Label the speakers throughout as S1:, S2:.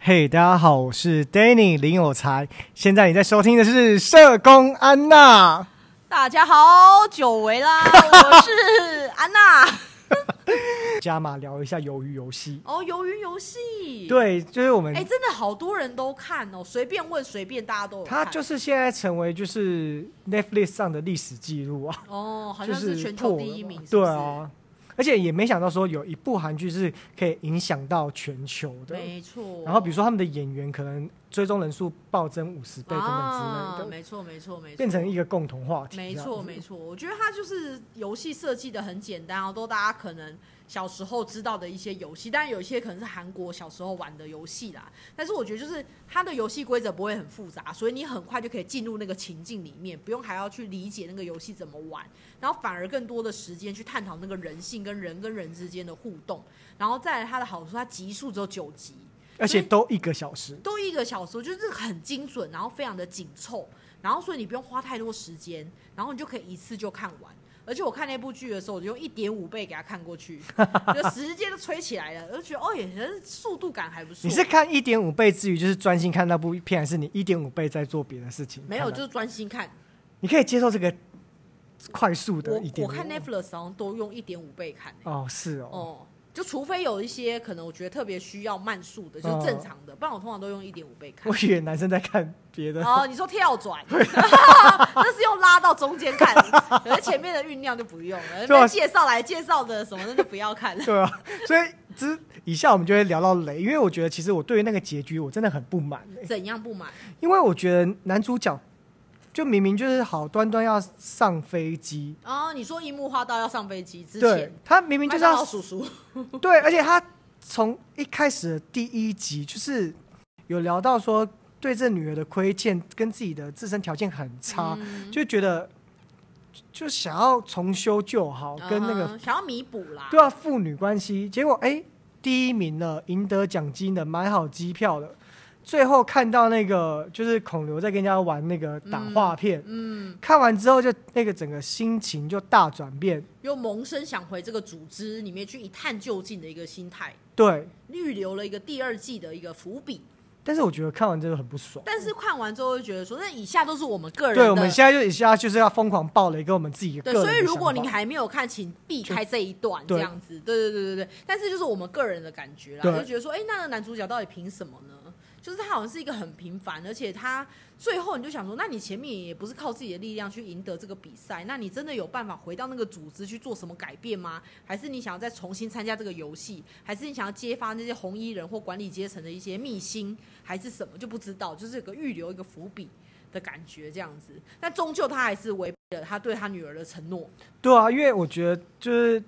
S1: 嘿、大家好，我是 Danny 林有才。现在你在收听的是《社工安娜》。
S2: 大家好，久违啦！我是安娜。
S1: 加码聊一下鱿鱼游戏。
S2: 哦，鱿鱼游戏。。
S1: 对，就是我们，
S2: 哎、真的好多人都看哦，随便问随便大家都有
S1: 它
S2: 看。
S1: 就是现在成为就是 Netflix 上的历史记录啊，
S2: 哦，好
S1: 就
S2: 像是全球第一
S1: 破了
S2: 名，是不
S1: 对
S2: 是，
S1: 啊，而且也没想到说有一部韩剧是可以影响到全球的。
S2: 没错。
S1: 然后比如说他们的演员可能追踪人数暴增五十倍等等之
S2: 啊，
S1: 类的，
S2: 没错没错没错，
S1: 变成一个共同话题。
S2: 没
S1: 这样
S2: 错
S1: 子
S2: 没错，我觉得它就是游戏设计的很简单哦，都大家可能小时候知道的一些游戏，但有一些可能是韩国小时候玩的游戏啦。但是我觉得就是它的游戏规则不会很复杂，所以你很快就可以进入那个情境里面，不用还要去理解那个游戏怎么玩，然后反而更多的时间去探讨那个人性跟人跟人之间的互动。然后再来它的好处，它集数只有九集，
S1: 而且都一个小时。
S2: 都一个小时，就是很精准，然后非常的紧凑，然后所以你不用花太多时间，然后你就可以一次就看完。而且我看那部剧的时候，我就用一点五倍给它看 过去，就时间都吹起来了，我就觉得哦，也是速度感还不错。
S1: 你是看一点五倍之余，就是专心看那部片，还是你一点五倍在做别的事情？
S2: 没有，
S1: 看到
S2: 就是专心看。
S1: 你可以接受这个快速的
S2: 我
S1: 一点。
S2: 我看 Netflix 好像都用一点五倍看、欸
S1: 哦，是哦，
S2: 哦、就除非有一些可能我觉得特别需要慢速的，
S1: 嗯
S2: 就是正常的，不然我通常都用一点五倍看
S1: 我。以为男生在看别的。
S2: 哦，你说跳转， 那是用拉到中间看，可是前面的酝酿就不用 了。
S1: 对啊
S2: 那介绍来介绍的什么的就不要看 了。
S1: 对啊，所以之以下我们就会聊到雷，因为我觉得其实我对于那个结局我真的很不满、欸
S2: 怎样不满？
S1: 因为我觉得男主角就明明就是好端端要上飞机，
S2: 哦，你说樱木花道要上飞机之
S1: 对
S2: 前，
S1: 他明明就
S2: 麦
S1: 是
S2: 当
S1: 要
S2: 劳叔叔，
S1: 对，而且他从一开始的第一集就是有聊到说对这女儿的亏欠跟自己的自身条件很差，
S2: 嗯
S1: 就觉得就就想要重修旧好，哦跟那个
S2: 嗯想要弥补啦。
S1: 对啊父女关系。结果哎、第一名了，赢得奖金了，买好机票了。最后看到那个就是孔刘在跟人家玩那个打画片，
S2: 嗯，
S1: 看完之后就那个整个心情就大转变，
S2: 又萌生想回这个组织里面去一探究竟的一个心态，
S1: 对。
S2: 预留了一个第二季的一个伏笔。
S1: 但是我觉得看完之后很不爽。
S2: 但是看完之后，会觉得说，那以下都是我们个人的。
S1: 对，我们现在就以下就是要疯狂暴雷，跟我们自己的
S2: 对，
S1: 个人
S2: 所以
S1: 的
S2: 如果
S1: 想
S2: 您
S1: 法
S2: 还没有看，请避开这一段，
S1: 对
S2: 这样子。对对对对对。但是就是我们个人的感觉啦，
S1: 对
S2: 就觉得说，哎、那个男主角到底凭什么呢？就是他好像是一个很平凡，而且他最后你就想说，那你前面也不是靠自己的力量去赢得这个比赛，那你真的有办法回到那个组织去做什么改变吗？还是你想要再重新参加这个游戏？还是你想要揭发那些红衣人或管理阶层的一些秘辛，还是什么就不知道？就是有个预留一个伏笔的感觉这样子。但终究他还是违背了他对他女儿的承诺。
S1: 对啊，因为我觉得就是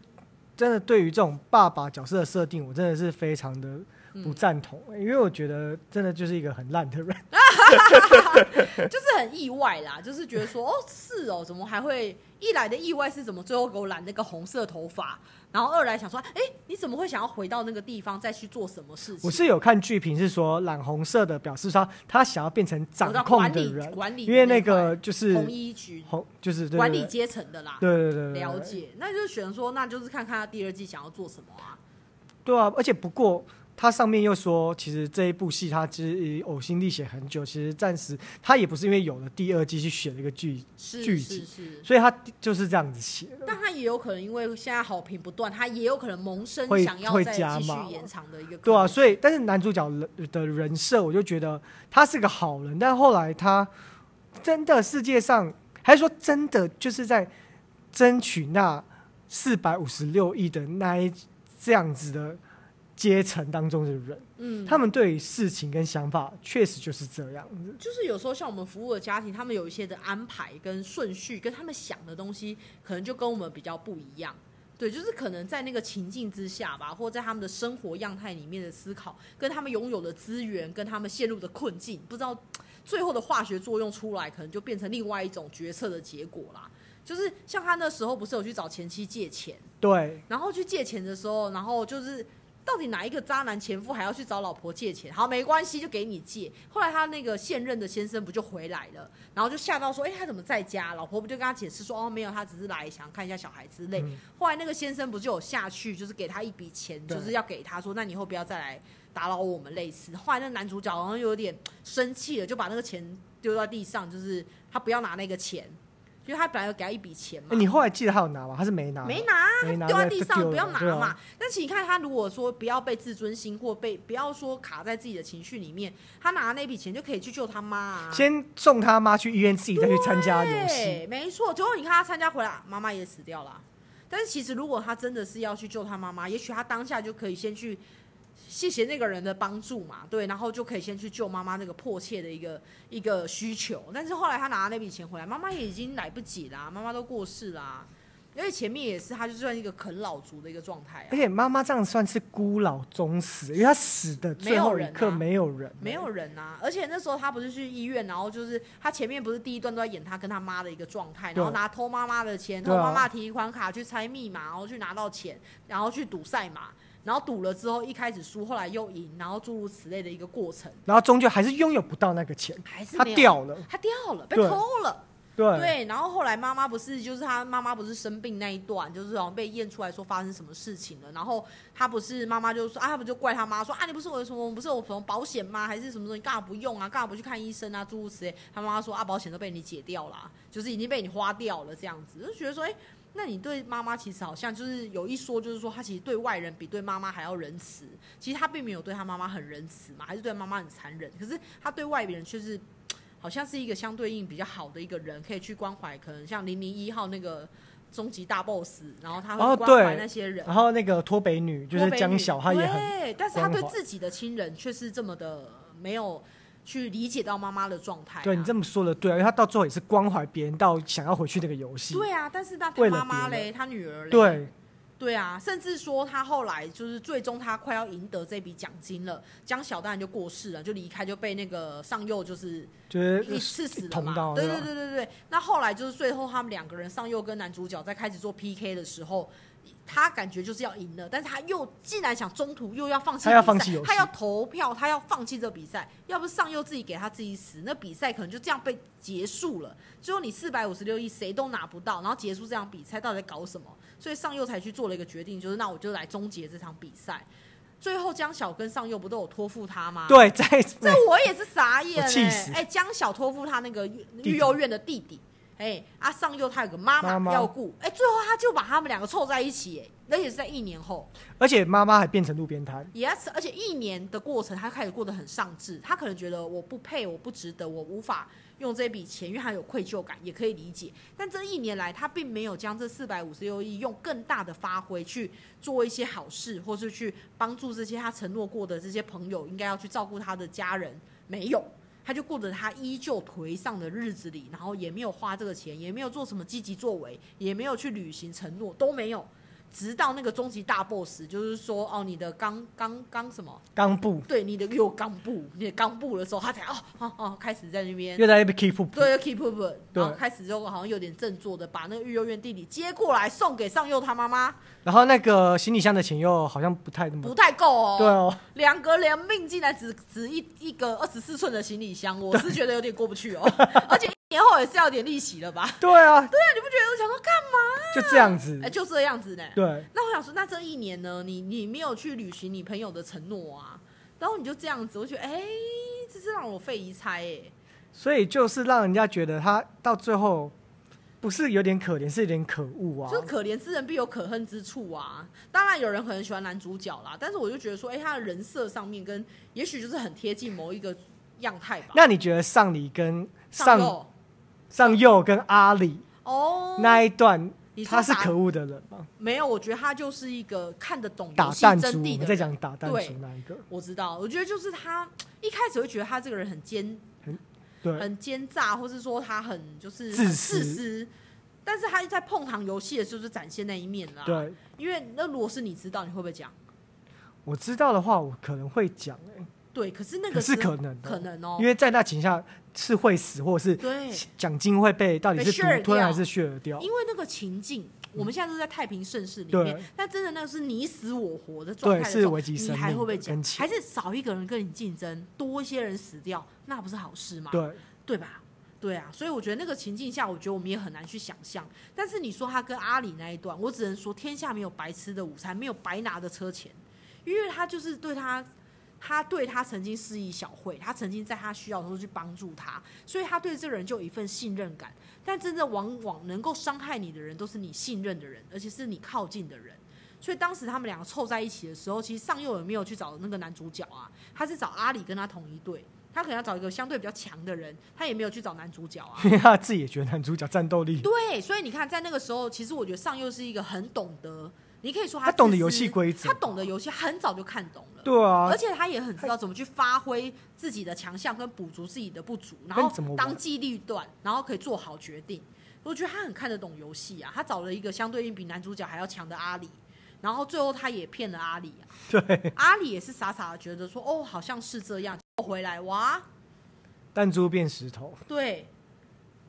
S1: 真的对于这种爸爸角色的设定，我真的是非常的
S2: 嗯
S1: 不赞同、欸因为我觉得真的就是一个很烂的人。
S2: 就是很意外啦，就是觉得说，哦，是哦，怎么还会？一来的意外是怎么最后给我染那个红色头发，然后二来想说，哎、你怎么会想要回到那个地方再去做什么事情？
S1: 我是有看剧评是说染红色的表示说他想要变成掌
S2: 我知道
S1: 控
S2: 管
S1: 的
S2: 理
S1: 人，
S2: 管理的
S1: 因为
S2: 那
S1: 那个就是
S2: 红衣局
S1: 红就是对对
S2: 管理
S1: 对
S2: 阶层的啦，
S1: 对对对对对
S2: 了解。那就选说，那就是看看他第二季想要做什么啊？
S1: 对啊，而且不过他上面又说，其实这一部戏他其实呕心沥血很久，其实暂时他也不是因为有了第二季去写了一个剧
S2: 是
S1: 剧
S2: 是
S1: 集，
S2: 是，
S1: 所以他就是这样子写的。
S2: 但他也有可能因为现在好评不断，他也有可能萌生
S1: 会
S2: 想要
S1: 会
S2: 再
S1: 加
S2: 继续
S1: 码
S2: 延长的一个可
S1: 对啊，
S2: 能
S1: 所以但是男主角人的人设，我就觉得他是个好人，但后来他真的世界上，还是说真的就是在争取那四百五十六亿的那一这样子的阶层当中的人，
S2: 嗯，
S1: 他们对于事情跟想法确实就是这样子。
S2: 就是有时候像我们服务的家庭，他们有一些的安排跟顺序，跟他们想的东西，可能就跟我们比较不一样。对，就是可能在那个情境之下吧，或在他们的生活样态里面的思考，跟他们拥有的资源，跟他们陷入的困境，不知道最后的化学作用出来，可能就变成另外一种决策的结果啦。就是像他那时候不是有去找前妻借钱，
S1: 对，
S2: 然后去借钱的时候，然后就是到底哪一个渣男前夫还要去找老婆借钱？好，没关系，就给你借。后来他那个现任的先生不就回来了，然后就吓到说：“哎、他怎么在家？”老婆不就跟他解释说：“哦，没有，他只是来想看一下小孩之类。
S1: 嗯
S2: 后来那个先生不就有下去，就是给他一笔钱，
S1: 对
S2: 就是要给他说：“那你以后不要再来打扰我们。”类似。后来那男主角好像有点生气了，就把那个钱丢到地上，就是他不要拿那个钱，因为他本来有给他一笔钱嘛。
S1: 哎你后来记得他有拿吗？他是没拿，
S2: 没拿啊，
S1: 没
S2: 他
S1: 拿
S2: 丢在
S1: 就
S2: 地
S1: 就
S2: 上，
S1: 丢
S2: 不要
S1: 了
S2: 拿
S1: 对啊
S2: 嘛。但请你看他，如果说不要被自尊心或被不要说卡在自己的情绪里面，他拿那笔钱就可以去救他妈啊。
S1: 先送他妈去医院，自己再去参加游戏。
S2: 对，没错。结果你看他参加回来，妈妈也死掉了啊。但是其实如果他真的是要去救他妈妈，也许他当下就可以先去谢谢那个人的帮助嘛，对，然后就可以先去救妈妈那个迫切的一个一个需求。但是后来他拿那笔钱回来，妈妈也已经来不及啦、妈妈都过世啦、而且前面也是，他就算一个啃老族的一个状态啊
S1: 而，且妈妈这样算是孤老终死，因为她死的最后一刻没有人，
S2: 没有人啊。而且那时候他不是去医院，然后就是他前面不是第一段都在演他跟他妈的一个状态，然后
S1: 对
S2: 拿偷妈妈的钱，偷
S1: 对啊
S2: 妈妈的提款卡去猜密码，然后去拿到钱，然后去赌赛马，然后赌了之后一开始输，后来又赢，然后诸如此类的一个过程，
S1: 然后终究还是拥有不到那个钱，
S2: 还是
S1: 他
S2: 没有。
S1: 掉了，
S2: 他掉了，被
S1: 对
S2: 偷了。
S1: 对，
S2: 对，然后后来妈妈不是，就是他妈妈不是生病那一段，就是好像被验出来说发生什么事情了。然后他不是妈妈就说啊，他不就怪他妈说啊，你不是我有什么，不是有什么保险吗？还是什么东西？干嘛不用啊？干嘛不去看医生啊？诸如此类。他妈妈说啊，保险都被你解掉了啊，就是已经被你花掉了这样子，就觉得说，哎，那你对妈妈其实好像就是有一说，就是说他其实对外人比对妈妈还要仁慈。其实他并没有对他妈妈很仁慈嘛，还是对妈妈很残忍。可是他对外人却是好像是一个相对应比较好的一个人，可以去关怀，可能像零零一号那个终极大 boss，然后他会
S1: 哦
S2: 关怀
S1: 对
S2: 那些人。
S1: 然后那个脱北女就是
S2: 脱北
S1: 江
S2: 女
S1: 晓，她也很
S2: 对，但是他对
S1: 关怀
S2: 自己的亲人却是这么的没有去理解到妈妈的状态啊、
S1: 对你这么说的对啊，因为她到最后也是关怀别人到想要回去那个游戏，
S2: 对啊，但是那他
S1: 为了
S2: 妈妈
S1: 别人
S2: 嘞，他女儿嘞，
S1: 对
S2: 对啊，甚至说他后来就是最终他快要赢得这笔奖金了，江小当然就过世了，就离开，就被那个上佑就是
S1: 就是
S2: 一刺死了
S1: 捅
S2: 嘛。
S1: 到
S2: 对
S1: 对
S2: 对
S1: 吧
S2: 对对对。那后来就是最后他们两个人上佑跟男主角在开始做 PK 的时候。他感觉就是要赢了，但是他又竟然想中途又要放弃比赛，
S1: 他要放弃游戏
S2: 他要投票，他要放弃这比赛，要不是上佑自己给他自己死，那比赛可能就这样被结束了。最后你四百五十六亿谁都拿不到，然后结束这场比赛，到底在搞什么？所以上佑才去做了一个决定，就是那我就来终结这场比赛。最后江晓跟上佑不都有托付他吗？
S1: 对，在
S2: 这我也是傻眼
S1: 我
S2: 哎、
S1: 气
S2: 欸！
S1: 死
S2: 哎、江小托付他那个育
S1: 弟
S2: 育幼院的弟弟，哎、啊上幼他有个妈
S1: 妈
S2: 妈
S1: 妈
S2: 要顾，哎、最后他就把他们两个凑在一起、哎，而且是在一年后，
S1: 而且妈妈还变成路边摊，
S2: 也是而且一年的过程，他开始过得很上智，他可能觉得我不配，我不值得，我无法用这笔钱，因为他有愧疚感，也可以理解。但这一年来，他并没有将这四百五十六亿用更大的发挥去做一些好事，或是去帮助这些他承诺过的这些朋友应该要去照顾他的家人，没有。他就过着他依旧颓丧的日子里，然后也没有花这个钱，也没有做什么积极作为，也没有去履行承诺，都没有。直到那个终极大 boss，就是说，哦，你的刚刚刚什么？
S1: 刚布
S2: 对，你的又刚布，你的刚布的时候，他才哦哦哦，开始在那边
S1: 又在那边 keep up，
S2: 对，keep up，然
S1: 对
S2: 后开始就好像有点振作的，把那个育幼院弟弟接过来送给上佑他妈妈，
S1: 然后那个行李箱的钱又好像不太那
S2: 不
S1: 么
S2: 太够哦。
S1: 对哦，
S2: 两个人命竟然只只一一个二十四寸的行李箱，我是觉得有点过 不去哦。而且一年后也是要有点利息了吧？
S1: 对啊，
S2: 对啊，你不觉得？我想说干嘛？
S1: 就这样子
S2: 哎、，就这样子呢。
S1: 对，
S2: 那我想说，那这一年呢，你你没有去履行你朋友的承诺啊，然后你就这样子，我就觉得哎、这是让我费一猜哎、
S1: 所以就是让人家觉得他到最后不是有点可怜，是有点可恶啊
S2: 就，是可怜之人必有可恨之处啊！当然有人可能喜欢男主角啦，但是我就觉得说，哎、他的人设上面跟也许就是很贴近某一个样态吧。
S1: 那你觉得上里跟上
S2: 右
S1: 上右跟阿里
S2: 哦，
S1: 那一段
S2: 你，说
S1: 他是
S2: 打
S1: 可恶的人吗？
S2: 没有，我觉得他就是一个看得懂
S1: 打
S2: 游戏
S1: 弹珠，
S2: 真
S1: 我
S2: 谛
S1: 们
S2: 的
S1: 在
S2: 人。
S1: 讲打弹
S2: 对
S1: 珠那一个，
S2: 我知道，我觉得就是他一开始会觉得他这个人很奸
S1: 对，
S2: 很奸诈，或是说他很就是
S1: 自
S2: 很
S1: 私
S2: 自私。但是他在碰糖游戏的时候就展现那一面啦。，
S1: 对，
S2: 因为那如果是你知道，你会不会讲？
S1: 我知道的话，我可能会讲、欸，
S2: 对，可是那
S1: 可
S2: 个
S1: 是
S2: 时
S1: 可能的，
S2: 可能哦、
S1: 因为在那情况下是会死，或者是哦
S2: 对，
S1: 奖金会被到底
S2: 被
S1: 是独
S2: share
S1: 吞
S2: 掉
S1: 还是削掉？
S2: 因为那个情境，我们现在都是在太平盛世里面
S1: 嗯对，
S2: 但真的那个是你死我活的状态
S1: 对，
S2: 的
S1: 是
S2: 时候
S1: 危及
S2: 你
S1: 生命
S2: 还会不会讲
S1: 跟？钱
S2: 还是少一个人跟你竞争，多一些人死掉，那不是好事吗？
S1: 对
S2: 对吧？对啊，所以我觉得那个情境下，我觉得我们也很难去想象。但是你说他跟阿里那一段，我只能说天下没有白吃的午餐，没有白拿的车钱，因为他就是对他，他对他曾经施以小惠，他曾经在他需要的时候去帮助他，所以他对这个人就有一份信任感。但真正往往能够伤害你的人，都是你信任的人，而且是你靠近的人。所以当时他们两个凑在一起的时候，其实上佑也没有去找那个男主角啊，他是找阿里跟他同一队，他可能要找一个相对比较强的人，他也没有去找男主角啊。
S1: 因为他自己也觉得男主角战斗力，
S2: 对，所以你看，在那个时候，其实我觉得上佑是一个很懂得，你可以说
S1: 他
S2: 自
S1: 懂得
S2: 私
S1: 游戏规则
S2: 他，懂得游戏，很早就看懂了。
S1: 对啊
S2: 而，且他也很知道怎么去发挥自己的强项跟补足自己的不足，然
S1: 跟
S2: 后
S1: 怎么玩
S2: 当机立断，然后可以做好决定。我觉得他很看得懂游戏啊，他找了一个相对应比男主角还要强的阿里，然后最后他也骗了阿里 啊。对，阿里也是傻傻的觉得说，哦，好像是这样，结果回来哇，
S1: 弹珠变石头，
S2: 对，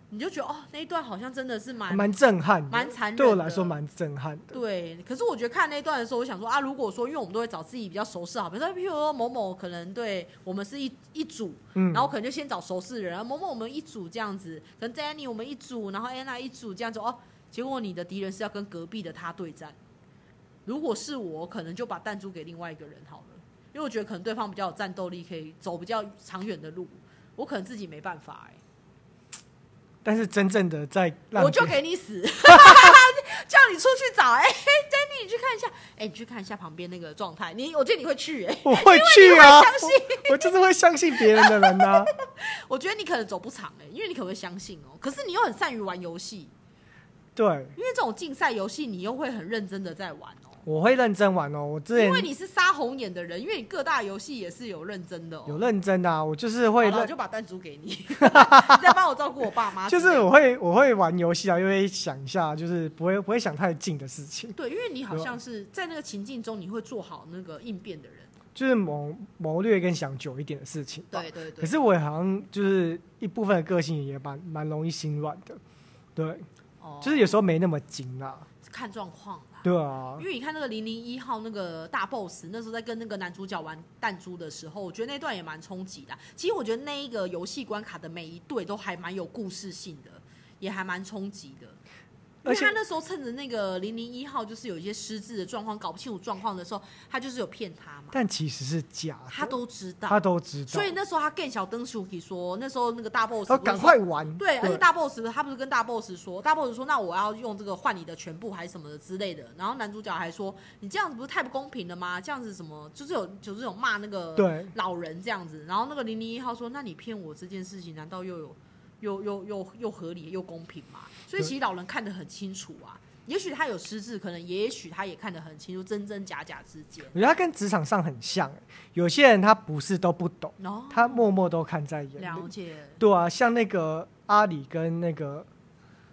S2: 你就觉得哦，那一段好像真的是蛮
S1: 蛮震撼的，
S2: 蛮残忍的
S1: 对我来说蛮震撼的。
S2: 对，可是我觉得看那一段的时候，我想说啊，如果说因为我们都会找自己比较熟识的好朋友，比如说某某可能对我们是一一组，
S1: 嗯
S2: 然后可能就先找熟识的人，啊某某我们一组这样子，可能 Danny 我们一组，然后 Anna 一组这样子哦。结果你的敌人是要跟隔壁的他对战，如果是我，可能就把弹珠给另外一个人好了，因为我觉得可能对方比较有战斗力，可以走比较长远的路，我可能自己没办法哎、
S1: 但是真正的在让
S2: 我就
S1: 别
S2: 给你死， 叫你出去找。哎、 丹尼，你去看一下，哎、你去看一下旁边那个状态。你，我觉得你会去、哎，
S1: 我会去啊，
S2: 相信
S1: 我我就是会相信别人的人呐、啊。
S2: 我觉得你可能走不长、哎，因为你可能会相信哦、可是你又很善于玩游戏，
S1: 对，
S2: 因为这种竞赛游戏你又会很认真的在玩哦、
S1: 我会认真玩哦。我之前
S2: 因为你是杀红眼的人，因为你各大游戏也是有认真的哦、
S1: 有认真啊，我就是会
S2: 好了，我
S1: 认，
S2: 就把弹珠给你， 你再帮我照顾我爸妈之
S1: 就
S2: 类的。
S1: 是我会我会玩游戏啊，因为想一下，就是不会不会想太近的事情。
S2: 对，因为你好像是在那个情境中，你会做好那个应变的人。
S1: 就是谋谋略跟想久一点的事情吧。
S2: 对对
S1: 可
S2: 对。
S1: 是我好像就是一部分的个性也蛮蛮容易心软的，对，
S2: 哦
S1: 就是有时候没那么精啊，
S2: 看状况啦。
S1: 对啊
S2: 因，为你看那个零零一号那个大 boss，那时候在跟那个男主角玩弹珠的时候，我觉得那段也蛮冲击的啊。其实我觉得那一个游戏关卡的每一队都还蛮有故事性的，也还蛮冲击的。因
S1: 而
S2: 为
S1: 且
S2: 他那时候趁着那个零零一号就是有一些失智的状况，搞不清楚状况的时候，他就是有骗他嘛，
S1: 但其实是假的，
S2: 他都知道。
S1: 啊他都知道
S2: 所，以那时候他更小灯秀奇说，那时候那个大 boss
S1: 他
S2: 不是
S1: 赶
S2: 说
S1: 快玩，
S2: 对，而且大 boss 他不是跟大 boss 说，大 boss 说那我要用这个换你的全部还是什么的之类的，然后男主角还说你这样子不是太不公平了吗？这样子什么就是有就是有骂那个
S1: 对
S2: 老人这样子，然后那个零零一号说那你骗我这件事情难道又有又又又又合理又公平吗？所以
S1: 对
S2: 其实老人看得很清楚啊，也许他有失智，可能也许他也看得很清楚真真假假之间，
S1: 我觉得他跟职场上很像、有些人他不是都不懂，
S2: 然后
S1: 他默默都看在眼
S2: 哦了
S1: 里。
S2: 解。
S1: 对啊，像那个阿里跟那个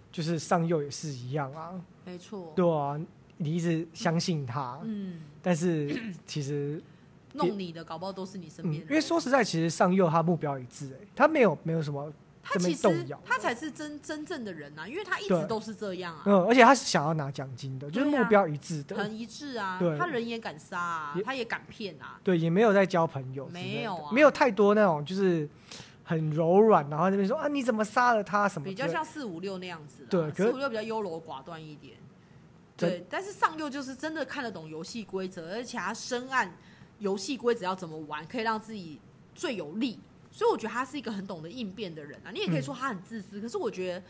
S1: 就是上佑也是一样啊。
S2: 没错，
S1: 对啊，你一直相信他，
S2: 嗯，
S1: 但是其实，
S2: 弄你的搞不好都是你身
S1: 嗯，
S2: 边的人、
S1: 因为说实在，其实上佑他目标一致、欸，他没有没有什么
S2: 他
S1: 这么
S2: 其
S1: 动
S2: 实
S1: 摇。
S2: 他才是真真正的人呐、啊因为他一
S1: 对
S2: 直都是这样啊，
S1: 嗯，而且他是想要拿奖金的，就是
S2: 对啊
S1: 目标一致的，
S2: 很一致啊
S1: 对，
S2: 他人也敢杀啊
S1: 也，
S2: 他也敢骗啊，
S1: 对，也没有在交朋友之类的，
S2: 没有啊
S1: 没有太多那种就是很柔软，然后那边说啊你怎么杀了他什么
S2: 比
S1: 之
S2: 较
S1: 类的，
S2: 像四五六那样子啦。
S1: 对可是
S2: 四五六比较优柔寡断一点。
S1: 真
S2: 对，但是上六就是真的看得懂游戏规则，而且他深谙游戏规则要怎么玩，可以让自己最有利。所以我觉得他是一个很懂得应变的人啊。你也
S1: 嗯
S2: 可以说他很自私，可是我觉得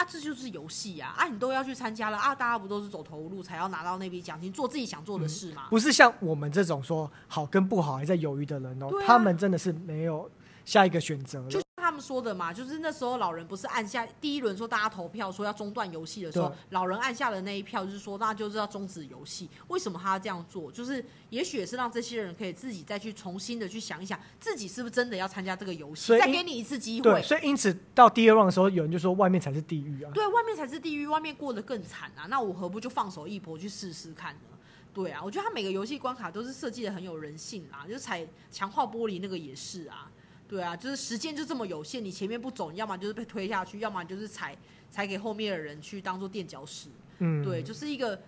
S2: 啊，这就是游戏啊！啊，你都要去参加了啊，大家不都是走投无路才要拿到那笔奖金，做自己想做
S1: 嗯
S2: 的事吗？
S1: 不是像我们这种说好跟不好还在犹豫的人哦、
S2: 对啊
S1: 他们真的是没有下一个选择了，
S2: 就像他们说的嘛，就是那时候老人不是按下第一轮说大家投票说要中断游戏的时候
S1: 对，
S2: 老人按下的那一票就是说那就是要终止游戏。为什么他要这样做？就是也许也是让这些人可以自己再去重新的去想一想，自己是不是真的要参加这个游戏
S1: 所，以
S2: 再给你一次机
S1: 对，
S2: 会。
S1: 所以因此到第二 round 的时候，有人就说外面才是地狱啊，
S2: 对，外面才是地狱，外面过得更惨啊！那我何不就放手一搏去试试看呢？对啊，我觉得他每个游戏关卡都是设计的很有人性啦，就是踩强化玻璃那个也是啊，对啊，就是时间就这么有限，你前面不走，你要么就是被推下去，要么就是踩踩给后面的人去当做垫脚石。
S1: 嗯，
S2: 对，就是一个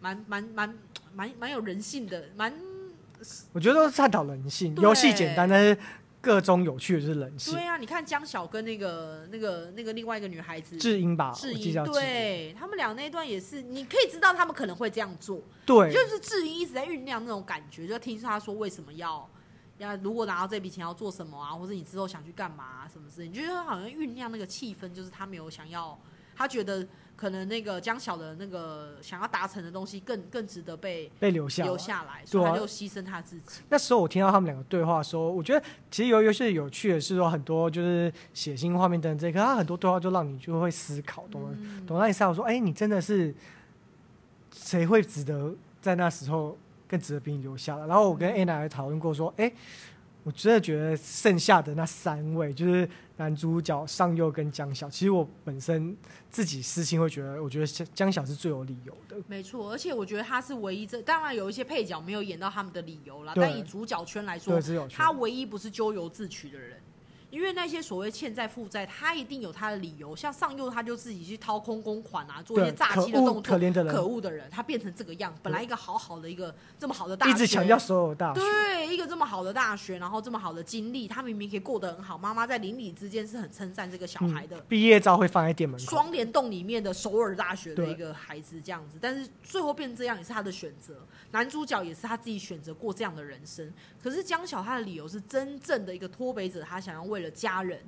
S2: 蛮蛮蛮蛮蛮有人性的，蛮
S1: 我觉得都是探讨人性，
S2: 对
S1: 游戏简单，但是各中有趣的就是人性
S2: 对。啊。你看江晓跟那个那个那个另外一个女孩子
S1: 智英吧，
S2: 智
S1: 我记得，
S2: 英
S1: 叫智英
S2: 嗯对他们俩那一段也是，你可以知道他们可能会这样做，
S1: 对，
S2: 就是智英一直在酝酿那种感觉，就听他说为什么要要如果拿到这笔钱要做什么啊，或者你之后想去干嘛、啊、什么事情，你觉得他好像酝酿那个气氛，就是他没有想要，他觉得可能那个江晓的那个想要达成的东西更更值得被
S1: 被留下了
S2: 留下来，所以
S1: 对啊
S2: 他就牺牲他自己。
S1: 那时候我听到他们两个对话的时候，我觉得其实有游戏有趣的是说很多就是血腥画面等等这些，可是它很多对话就让你就会思考，懂吗？
S2: 嗯
S1: 懂那意思啊？我说，哎、你真的是谁会值得在那时候更值得比你留下来？然后我跟
S2: 嗯
S1: Anna 也讨论过说，哎、我真的觉得剩下的那三位就是男主角上佑跟江晓，其实我本身自己私心会觉得，我觉得江江晓是最有理由的。
S2: 没错，而且我觉得他是唯一这，当然有一些配角没有演到他们的理由啦，
S1: 对
S2: 但以主角圈来说
S1: 对，，是有趣的
S2: 他唯一不是咎由自取的人，因为那些所谓欠债负债，他一定有他的理由。像上佑，他就自己去掏空公款啊，做一些
S1: 对
S2: 诈
S1: 可
S2: 欺的
S1: 恶
S2: 动
S1: 可
S2: 作。
S1: 怜的人
S2: 可恶的人，他变成这个样。本来一个好好的一个这么好的大学，
S1: 一直强调所有大学。
S2: 对一个这么好的大学，然后这么好的经历，他明明可以过得很好。妈妈在邻里之间是很称赞这个小孩的。
S1: 毕业照会放在店门口。
S2: 双联动里面的首尔大学的
S1: 对
S2: 一个孩子这样子，但是最后变这样也是他的选择，男主角也是他自己选择过这样的人生。可是江晓他的理由是真正的一个脱北者，他想要为了家人，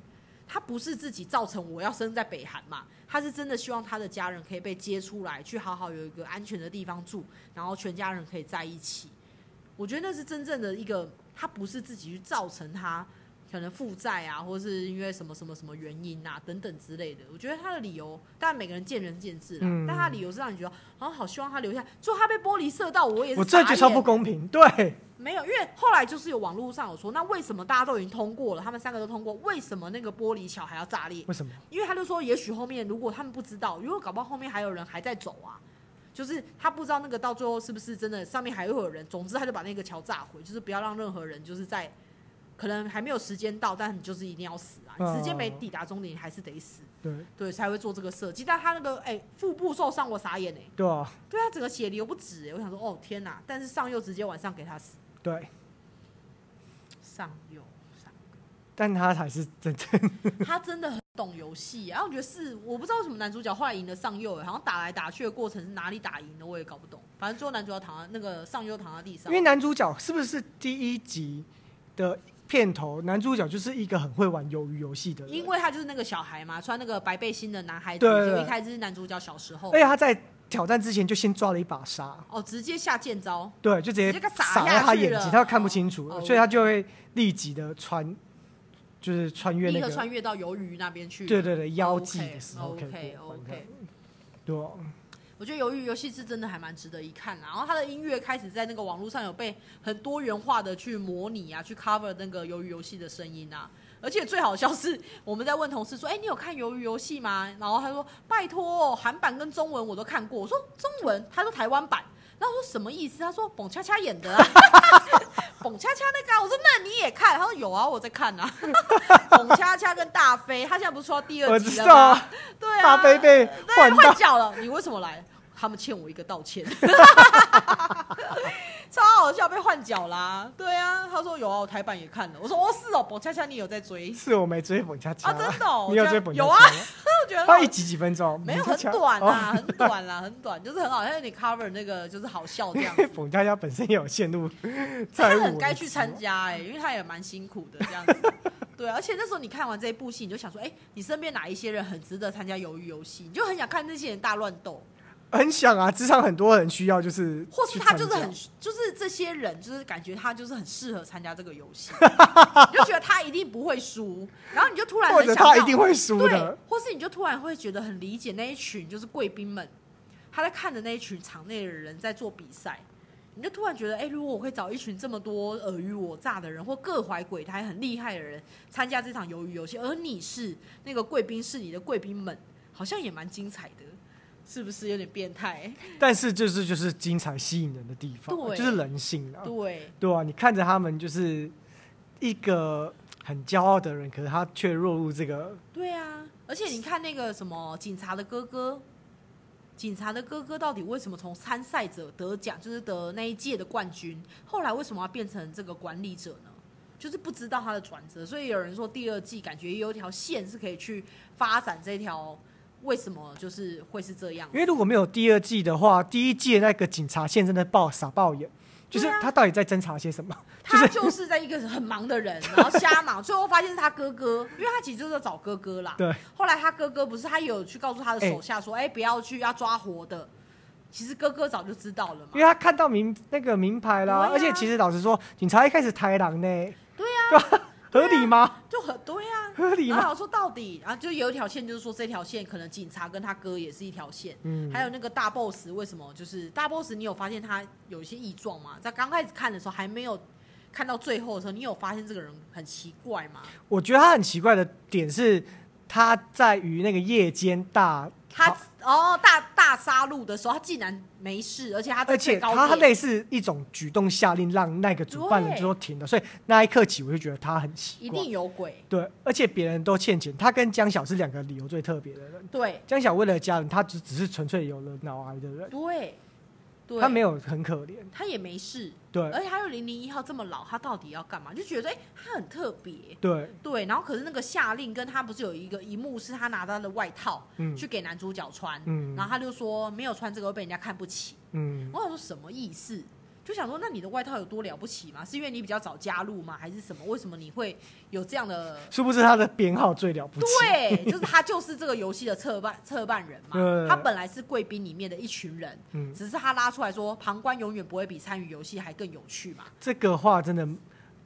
S2: 他不是自己造成我要生在北韩嘛，他是真的希望他的家人可以被接出来，去好好有一个安全的地方住，然后全家人可以在一起。我觉得那是真正的一个，他不是自己去造成他可能负债啊，或是因为什么什么什么原因啊等等之类的。我觉得他的理由，当然每个人见仁见智啦，
S1: 嗯
S2: 但他的理由是让你觉得，好像好希望他留下。就他被玻璃射到，我也是
S1: 我这
S2: 傻
S1: 觉得超
S2: 眼
S1: 不公平，对，
S2: 没有，因为后来就是有网络上有说，那为什么大家都已经通过了，他们三个都通过，为什么那个玻璃小孩要炸裂？
S1: 为什么？
S2: 因为他就说，也许后面如果他们不知道，如果搞不好后面还有人还在走啊，就是他不知道那个到最后是不是真的上面还会有人。总之，他就把那个桥炸毁，就是不要让任何人就是在可能还没有时间到，但你就是一定要死啊！你时间没抵达终点，你还是得死，
S1: 对
S2: 对，才会做这个设计。但他那个哎、腹部受伤，我傻眼哎、
S1: 对啊，
S2: 对他整个血流不止、欸，我想说哦天哪！但是上佑直接晚上给他死，
S1: 对，
S2: 上佑上
S1: 但他才是真正
S2: 他真的很懂游戏、然后我觉得是，我不知道为什么男主角后来赢了上右、欸好像打来打去的过程是哪里打赢的，我也搞不懂。反正最后男主角躺在那个上右躺在地上
S1: 因，为男主角是不是第一集的片头，男主角就是一个很会玩鱿鱼游戏的
S2: 因
S1: 人，
S2: 为他就是那个小孩嘛，穿那个白背心的男孩子，
S1: 对对对
S2: 就一开始是男主角小时候
S1: 而，且他在挑战之前就先抓了一把沙，
S2: 哦，直接下剑招，
S1: 对，就直接
S2: 直接给撒
S1: 撒
S2: 下
S1: 在他
S2: 去
S1: 眼
S2: 了
S1: 睛，他又看不清楚了，
S2: 哦哦
S1: 所以他就会立即的穿，就是穿越
S2: 立
S1: 那
S2: 刻
S1: 个，
S2: 穿越到鱿鱼那边去。哦
S1: 对对对，腰际的时候可以
S2: OK 哦
S1: 过关
S2: OK，
S1: 的，对啊，
S2: 我觉得《鱿鱼游戏》是真的还蛮值得一看啊啦。然后它的音乐开始在那个网络上有被很多元化的去模拟啊，去 cover 那个《鱿鱼游戏》的声音啊。而且最好笑是，我们在问同事说：“哎、你有看《鱿鱼游戏》吗？”然后他说：“拜托哦、韩版跟中文我都看过。”我说：“中文？”他说：“台湾版。”然后我说：“什么意思？”他说：“蹦恰恰演的、啊。” 蹦恰恰那个啊、我说：“那你也看？”他说：“有啊，我在看啊。”蹦恰恰跟大飞，他现在不是出到第
S1: 我
S2: 二
S1: 知
S2: 集了
S1: 道
S2: 吗
S1: 啊？
S2: 对啊，
S1: 大飞被
S2: 对
S1: 换到
S2: 换脚了，你为什么来？他们欠我一个 道歉，超好笑，被换脚啦。对啊，他说有啊，我台版也看了。我说哦是哦，宝恰恰你有在追？
S1: 是我没追冯恰恰
S2: 啊真的哦
S1: 你有
S2: 这
S1: 追
S2: 样
S1: 冯恰哎
S2: 有
S1: 恰
S2: 啊
S1: 吗？
S2: 我觉得
S1: 他一集几分钟？
S2: 没有
S1: 冯
S2: 很
S1: 恰恰
S2: 短
S1: 哦
S2: 啊啦，很短啦，很短，就是很好像有点 cover 那个就是好笑这样
S1: 因为
S2: 子。
S1: 冯哦佳佳本身也有陷 入
S2: 他
S1: 债务危机，
S2: 很该去参加哎、因为他也蛮辛苦的这样子。对，啊而且那时候你看完这一部戏，你就想说，哎、你身边哪一些人很值得参加鱿鱼游戏？你就很想看那些人大乱斗。
S1: 很想啊，职场很多人需要，就是
S2: 或是
S1: 去
S2: 他
S1: 参
S2: 就是很
S1: 加，
S2: 就是这些人，就是感觉他就是很适合参加这个游 戏，你就觉得他一定不会输，然后你就突然
S1: 或
S2: 很
S1: 者
S2: 想
S1: 他
S2: 到
S1: 一定会输
S2: 对
S1: 的，，
S2: 或是你就突然会觉得很理解那一群就是贵宾们，他在看的那一群场内的人在做比赛，你就突然觉得，哎、如果我会找一群这么多尔虞我诈的人，或各怀鬼胎很厉害的人参加这场鱿鱼游戏，而你是那个贵宾是你的贵宾们，好像也蛮精彩的，是不是有点变态？
S1: 但是就是就是精彩吸引人的地方，
S2: 对
S1: 就是人性啊，
S2: 对。
S1: 对啊，你看着他们就是一个很骄傲的人，可是他却落入这个
S2: 对啊，而且你看那个什么警察的哥哥，警察的哥哥到底为什么从参赛者得奖，就是得那一届的冠军，后来为什么要变成这个管理者呢？就是不知道他的转折，所以有人说第二季感觉也有一条线是可以去发展这条，为什么就是会是这样？
S1: 因为如果没有第二季的话，第一季的那个警察线真的爆傻爆眼，就是
S2: 对啊
S1: 他到底在侦查些什么？
S2: 他就是在一个很忙的人，然后瞎忙，最后发现是他哥哥，因为他其实就是在找哥哥啦。
S1: 对，
S2: 后来他哥哥不是他有去告诉他的手下说，哎、不要去，要抓活的。其实哥哥早就知道了嘛
S1: 因为。他看到名那个名牌啦，
S2: 对啊
S1: 而且其实老实说，警察一开始抬狼呢，
S2: 对
S1: 呀、合理吗？
S2: 就很对啊。
S1: 合理
S2: 然
S1: 吗？
S2: 后我说到底，啊，就有一条线，就是说这条线可能警察跟他哥也是一条线，
S1: 嗯
S2: 还有那个大 boss 为什么就是大 boss，你有发现他有一些异状吗？在刚开始看的时候还没有看到最后的时候，你有发现这个人很奇怪吗？
S1: 我觉得他很奇怪的点是，他在于那个夜间大，
S2: 他哦大大杀戮的时候，他竟然没事，而且他在
S1: 而且
S2: 最高
S1: 他
S2: 点
S1: 类似一种举动下令让那个主办人
S2: 对
S1: 就说停了，所以那一刻起我就觉得他很奇
S2: 一
S1: 怪
S2: 定。有鬼，
S1: 对，而且别人都欠钱，他跟江晓是两个理由最特别的人。
S2: 对
S1: 江晓为了家人，他只只是纯粹有了脑癌的人，
S2: 对对，
S1: 他没有很可怜。
S2: 他也没事，
S1: 对
S2: 而且他又零零一号这么老，他到底要干嘛？就觉得哎、他很特别。
S1: 对，
S2: 对，然后可是那个夏令跟他不是有一个一幕是他拿他的外套
S1: 嗯
S2: 去给男主角穿，
S1: 嗯
S2: 然后他就说没有穿这个会被人家看不起。
S1: 嗯，
S2: 我想说什么意思？就想说那你的外套有多了不起吗？是因为你比较早加入吗？还是什么？为什么你会有这样的？
S1: 殊不知他的编号最了不起。
S2: 对，啊就是他就是这个游戏的策办策办人嘛
S1: 对，
S2: 他本来是贵宾里面的一群人，
S1: 嗯，
S2: 只是他拉出来说旁观永远不会比参与游戏还更有趣嘛。
S1: 这个话真的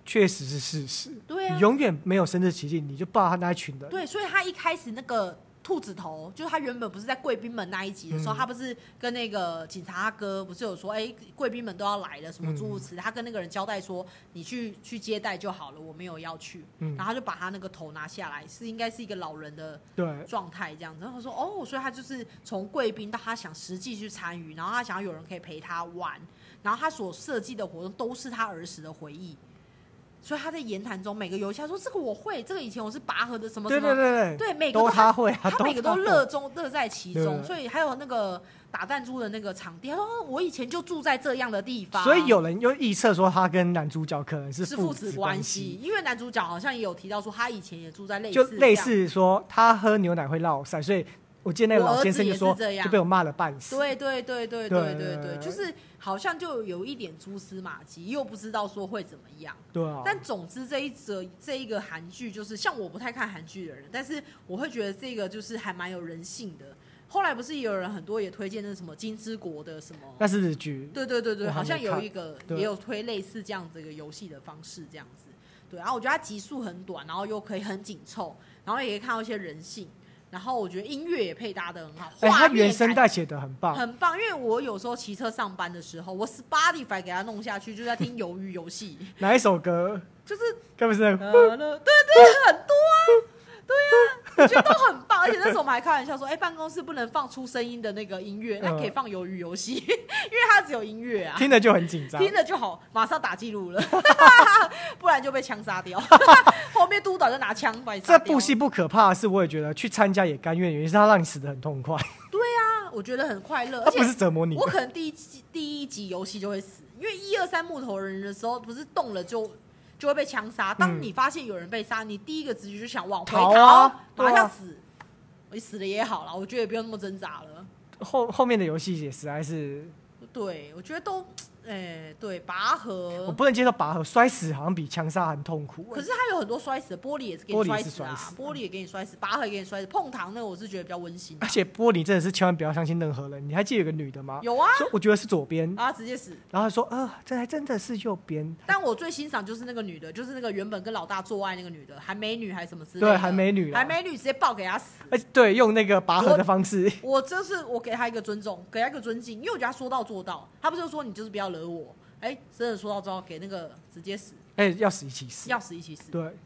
S1: 确实是事实。
S2: 对啊
S1: 你，永远没有身至其境，你就不知道他那一群人。
S2: 对，所以他一开始那个兔子头，就是他原本不是在贵宾们那一集的时候，
S1: 嗯
S2: 他不是跟那个警察他哥不是有说，哎、贵宾们都要来了，什么
S1: 嗯
S2: 诸如此类，他跟那个人交代说，你去去接待就好了，我没有要去，
S1: 嗯
S2: 然后他就把他那个头拿下来，是应该是一个老人的
S1: 对
S2: 状态这样子。然后他说哦，所以他就是从贵宾到他想实际去参与，然后他想要有人可以陪他玩，然后他所设计的活动都是他儿时的回忆。所以他在言谈中每个游戏，他说这个我会，这个以前我是拔河的什么什
S1: 对
S2: 么，
S1: 对对
S2: 对每个
S1: 都
S2: 都
S1: 他会啊，
S2: 他每个
S1: 他
S2: 都
S1: 会
S2: 乐。中乐在其中，
S1: 对
S2: 所以还有那个打弹珠的那个场地，他说哦我以前就住在这样的地方，
S1: 所以有人又臆测说他跟男主角可能是
S2: 是父
S1: 子
S2: 子关
S1: 系，，
S2: 因为男主角好像也有提到说他以前也住在类似
S1: 就类
S2: 这样，
S1: 似说他喝牛奶会落腮，所以我记得那个
S2: 我
S1: 老
S2: 儿
S1: 先
S2: 子
S1: 生就
S2: 也是
S1: 说
S2: 这样
S1: 就被我骂了半死。
S2: 对对对对对对
S1: 对
S2: 对，就是好像就有一点蛛丝马迹，又不知道说会怎么样。
S1: 对啊，
S2: 但总之这一则这一个韩剧，就是像我不太看韩剧的人，但是我会觉得这个就是还蛮有人性的。后来不是也有人很多也推荐那什么金之国的什么
S1: 那是日剧。
S2: 对对对对，
S1: 我还
S2: 好
S1: 没
S2: 像有
S1: 看
S2: 一个
S1: 对
S2: 也有推类似这样子一个游戏的方式，这样子。对，然后我觉得它集数很短，然后又可以很紧凑，然后也可以看到一些人性。然后我觉得音乐也配搭的很好，
S1: 哎，
S2: 画
S1: 他
S2: 面
S1: 原声
S2: 感
S1: 带写的很棒，
S2: 很棒。因为我有时候骑车上班的时候，我 Spotify 给它弄下去，就在听鱿鱼 游戏，
S1: 哪一首歌？
S2: 就是
S1: 该不是那个？
S2: 呃，对对，很多啊，对啊，我觉得都很棒。而且那时候我们还开玩笑说，哎，办公室不能放出声音的那个音乐，那可以
S1: 嗯
S2: 放鱿鱼游戏，因 为它只有音乐啊。
S1: 听着就很紧张。
S2: 听了就好，马上打记录了， 不然就被枪杀掉。 后面督导就拿枪把你杀
S1: 这
S2: 掉
S1: 部戏不可怕的是，我也觉得去参加也甘愿，原因是他让你死得很痛快，
S2: 啊，我觉得很快乐，
S1: 他
S2: 而
S1: 不是
S2: 且
S1: 折磨你
S2: 我。可能第一集第一集游戏就会死，因为一二三木头人的时候不是动了就就会被枪杀。当
S1: 嗯
S2: 你发现有人被杀，你第一个直觉就想往回
S1: 逃啊
S2: 马
S1: 对啊
S2: 上死。你死了也好啦，我觉得也不用那么挣扎了。
S1: 后后面的游戏也实在是，
S2: 对，我觉得都，哎、对，拔
S1: 我
S2: 河。
S1: 不能接受拔河摔死，好像比枪杀还痛苦。
S2: 呃可是它有很多摔死的，玻璃也是给
S1: 玻
S2: 你
S1: 璃
S2: 摔
S1: 是
S2: 死啊，
S1: 摔死
S2: 玻璃也给你摔死，拔河也给你摔死，碰糖那个我是觉得比较 温馨啊、
S1: 而且玻璃真的是千万不要相信任何人。你还记得有个女的吗？
S2: 有啊，
S1: 说我觉得是左边，
S2: 啊，直接死。
S1: 然后她说啊，这还真的是右边。
S2: 但我最欣赏就是那个女的，就是那个原本跟老大做爱那个女的，韩美女还是什么之类的，
S1: 对韩美女啊
S2: 韩美女直接爆给她死。
S1: 而且哎对，用那个拔河的方式，
S2: 我这是我给她一个尊重，给她一个尊敬，因为我觉得她说到做到。她不是说你就是不要惹我，哎、真的说到做到，给那个直接死，
S1: 哎，要死一起死。
S2: 要死一起死，
S1: 对，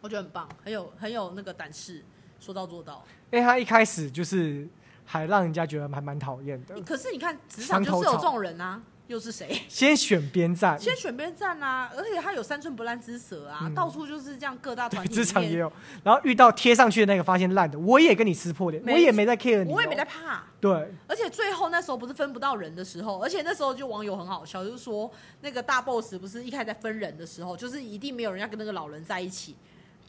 S2: 我觉得很棒，很有很有那个胆识，说到做到。
S1: 因为他一开始就是还让人家觉得还蛮讨厌的。
S2: 可是你看职场就
S1: 墙头
S2: 是有
S1: 草
S2: 这种人啊，又是谁？
S1: 先选边站，
S2: 先选边站啊，而且他有三寸不烂之舌啊，
S1: 嗯
S2: 到处就是这样各大团
S1: 对，
S2: 体
S1: 职场
S2: 里
S1: 也
S2: 面，
S1: 有，然后遇到贴上去的那个发现烂的，我也跟你撕破脸，
S2: 没
S1: 我也没在 care 你哦、
S2: 我也没在怕。
S1: 对，
S2: 而且最后那时候不是分不到人的时候，而且那时候就网友很好笑，就是说那个大 boss 不是一开始在分人的时候，就是一定没有人要跟那个老人在一起。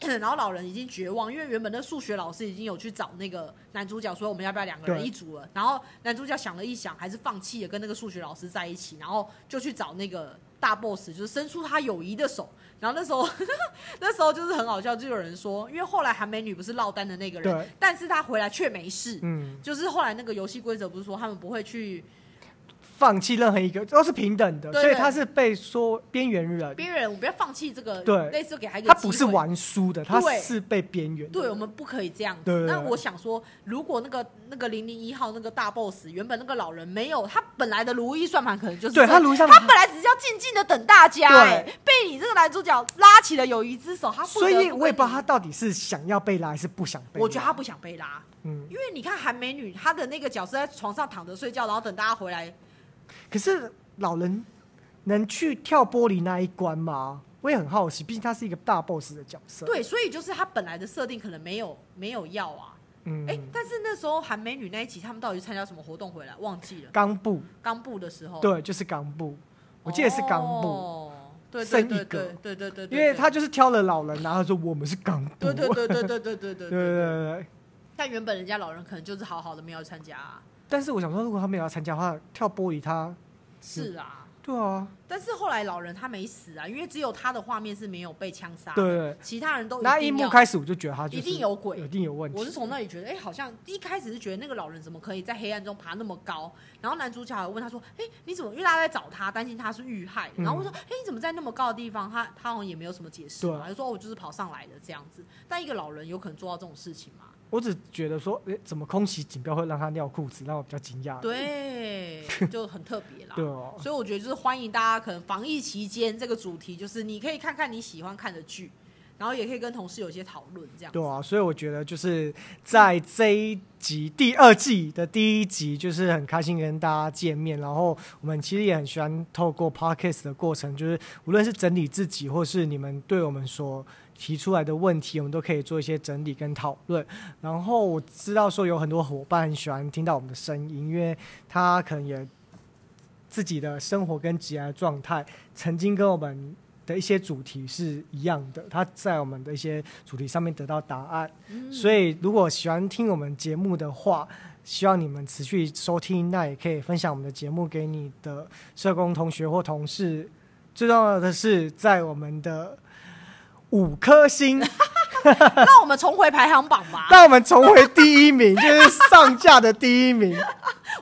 S2: 然后老人已经绝望，因为原本那数学老师已经有去找那个男主角说我们要不要两个人
S1: 对
S2: 一组了。然后男主角想了一想，还是放弃了跟那个数学老师在一起，然后就去找那个大 boss，就是伸出他友谊的手。然后那时候 那时候就是很好笑，就有人说，因为后来韩美女不是落单的那个人
S1: 对，
S2: 但是她回来却没事。
S1: 嗯，
S2: 就是后来那个游戏规则不是说他们不会去
S1: 放弃任何一个都是平等的，
S2: 对
S1: 所以
S2: 对
S1: 他是被说边缘人，
S2: 边缘人，我不要放弃这个，
S1: 对
S2: 类似给他一个
S1: 他
S2: 机会
S1: 不是，玩输的，他
S2: 对
S1: 是被边缘的。
S2: 对我们不可以这样子。
S1: 对对对
S2: 那我想说，如果那个那个零零一号那个大 boss 原本那个老人没有他本来的如意算盘，可能就是
S1: 对
S2: 这
S1: 他如意算
S2: 他
S1: 盘
S2: 本来只是要静静的等大家，
S1: 对
S2: 哎，被你这个男主角拉起了友谊之手，他不
S1: 所
S2: 得
S1: 以
S2: 不
S1: 我也不知道
S2: 跟
S1: 他
S2: 你，
S1: 到底是想要被拉还是不想被拉。
S2: 我觉得他不想被拉，
S1: 嗯，
S2: 因为你看韩美女她的那个角色在床上躺着睡觉，然后等大家回来，
S1: 可是老人能去跳玻璃那一关吗？我也很好奇，毕竟他是一个大 boss 的角色。，
S2: 对，所以就是他本来的设定可能没有没有要啊。
S1: 嗯，
S2: 哎、但是那时候韩美女那一集，他们到底去参加什么活动回来？忘记了。
S1: 冈部，
S2: 刚布的时候，，
S1: 对，就是冈部，我记得是冈部，
S2: 哦、对对
S1: 剩
S2: 对
S1: 一个
S2: 对对对对对，
S1: 因为他就是挑了老人，然后说我们是冈部。
S2: 对对
S1: 对
S2: 对对对对对对
S1: 对对对
S2: 但原本人家老人可能就是好好的没有参加、啊，
S1: 但是我想说，如果他没有要参加的话，跳玻璃他，
S2: 是啊。
S1: 对啊，
S2: 但是后来老人他没死啊，因为只有他的画面是没有被枪杀，
S1: 对，对。对
S2: 其他人都
S1: 那一
S2: 一定
S1: 幕
S2: 要。
S1: 开始我就觉得他就是
S2: 一定有鬼
S1: 一定有问题。
S2: 我是从那里觉得，哎、好像一开始是觉得那个老人怎么可以在黑暗中爬那么高？然后男主角还问他说，哎、你怎么？因为大家在找他，担心他是遇害。
S1: 嗯
S2: 然后我说，哎、你怎么在那么高的地方？他他好像也没有什么解释嘛，
S1: 对
S2: 他就说、哦、我就是跑上来的这样子。但一个老人有可能做到这种事情吗？
S1: 我只觉得说，诶，怎么空袭警标会让他尿裤子，让我比较惊讶。
S2: 对，啊就很特别啦。
S1: 啊对哦，
S2: 所以我觉得就是欢迎大家，可能防疫期间这个主题就是你可以看看你喜欢看的剧，然后也可以跟同事有一些讨论这样子。
S1: 对啊，所以我觉得就是在这一集第二季的第一集，就是很开心跟大家见面。然后我们其实也很喜欢透过 podcast 的过程，就是无论是整理自己，或是你们对我们所提出来的问题，我们都可以做一些整理跟讨论。然后我知道说有很多伙伴很喜欢听到我们的声音，因为他可能也自己的生活跟职业状态，曾经跟我们的一些主题是一样的，他在我们的一些主题上面得到答案。
S2: 嗯
S1: 所以，如果喜欢听我们节目的话，希望你们持续收听，那也可以分享我们的节目给你的社工同学或同事。最重要的是，在我们的五颗星，
S2: 那我们重回排行榜吧。
S1: 让我们重回第一名，就是上架的第一名。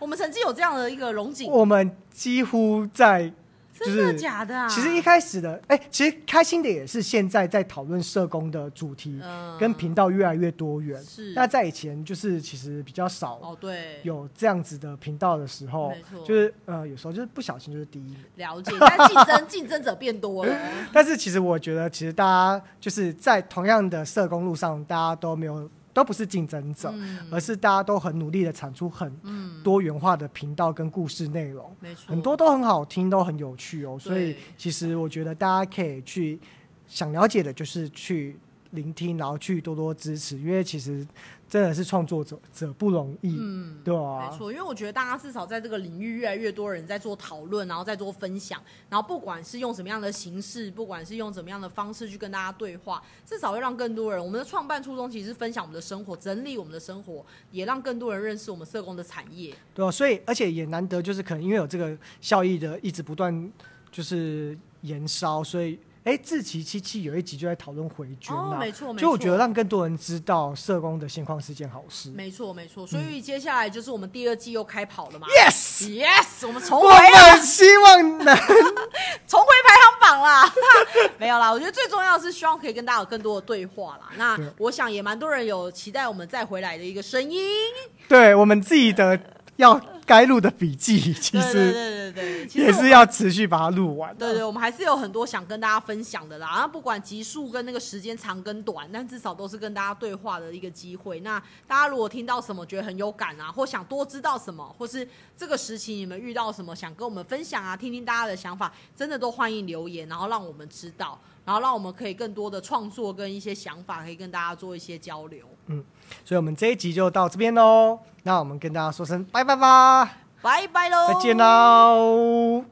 S2: 我们曾经有这样的一个荣景，
S1: 我们几乎在就
S2: 真
S1: 是
S2: 的假的啊？
S1: 其实一开始的，哎、其实开心的也是现在在讨论社工的主题
S2: 嗯
S1: 跟频道越来越多元。
S2: 是
S1: 那在以前就是其实比较少
S2: 哦对，
S1: 有这样子的频道的时候
S2: 没，错
S1: 就是呃有时候就是不小心就是第一名。
S2: 了解，但竞争竞争者变多了，
S1: 但是其实我觉得，其实大家就是在同样的社工路上，大家都没有都不是竞争者，
S2: 嗯
S1: 而是大家都很努力的产出很
S2: 嗯，
S1: 多元化的频道跟故事内容。
S2: 没错，
S1: 很多都很好听，都很有趣哦。所以
S2: 对
S1: 其实我觉得大家可以去想了解的，就是去聆听，然后去多多支持，因为其实真的是创作者者不容易，
S2: 嗯。
S1: 对
S2: 没
S1: 啊，
S2: 错，因为我觉得大家至少在这个领域，越来越多人在做讨论，然后在做分享，然后不管是用什么样的形式，不管是用怎么样的方式去跟大家对话，至少会让更多人。我们的创办初衷其实是分享我们的生活，整理我们的生活，也让更多人认识我们社工的产业。
S1: 对啊，所以而且也难得，就是可能因为有这个效益的一直不断就是延烧，所以哎，志奇七七有一集就在讨论回捐
S2: 哦，
S1: 啊
S2: 没。错，没错。
S1: 就我觉得让更多人知道社工的现况是件好事。
S2: 没错，没错。所以接下来就是我们第二季又开跑了嘛。
S1: 嗯 Yes，
S2: Yes，我们重
S1: 我
S2: 回了，
S1: 们希望能
S2: 重回排行榜啦。 没有啦，我觉得最重要的是希望可以跟大家有更多的对话啦。那
S1: 对
S2: 我想也蛮多人有期待我们再回来的一个声音。
S1: 对我们自己的要该录的笔记其
S2: 对
S1: 实
S2: 对对对对，其实
S1: 也
S2: 我
S1: 是要持续把它录完啊。
S2: 对对，我们还是有很多想跟大家分享的啦。然后不管集数跟那个时间长跟短，但至少都是跟大家对话的一个机会。那大家如果听到什么觉得很有感啊，或想多知道什么，或是这个时期你们遇到什么想跟我们分享啊，听听大家的想法，真的都欢迎留言，然后让我们知道，然后让我们可以更多的创作跟一些想法，可以跟大家做一些交流。
S1: 所以我们这一集就到这边喽。那我们跟大家说声拜拜吧，
S2: 拜拜喽，
S1: 再见喽。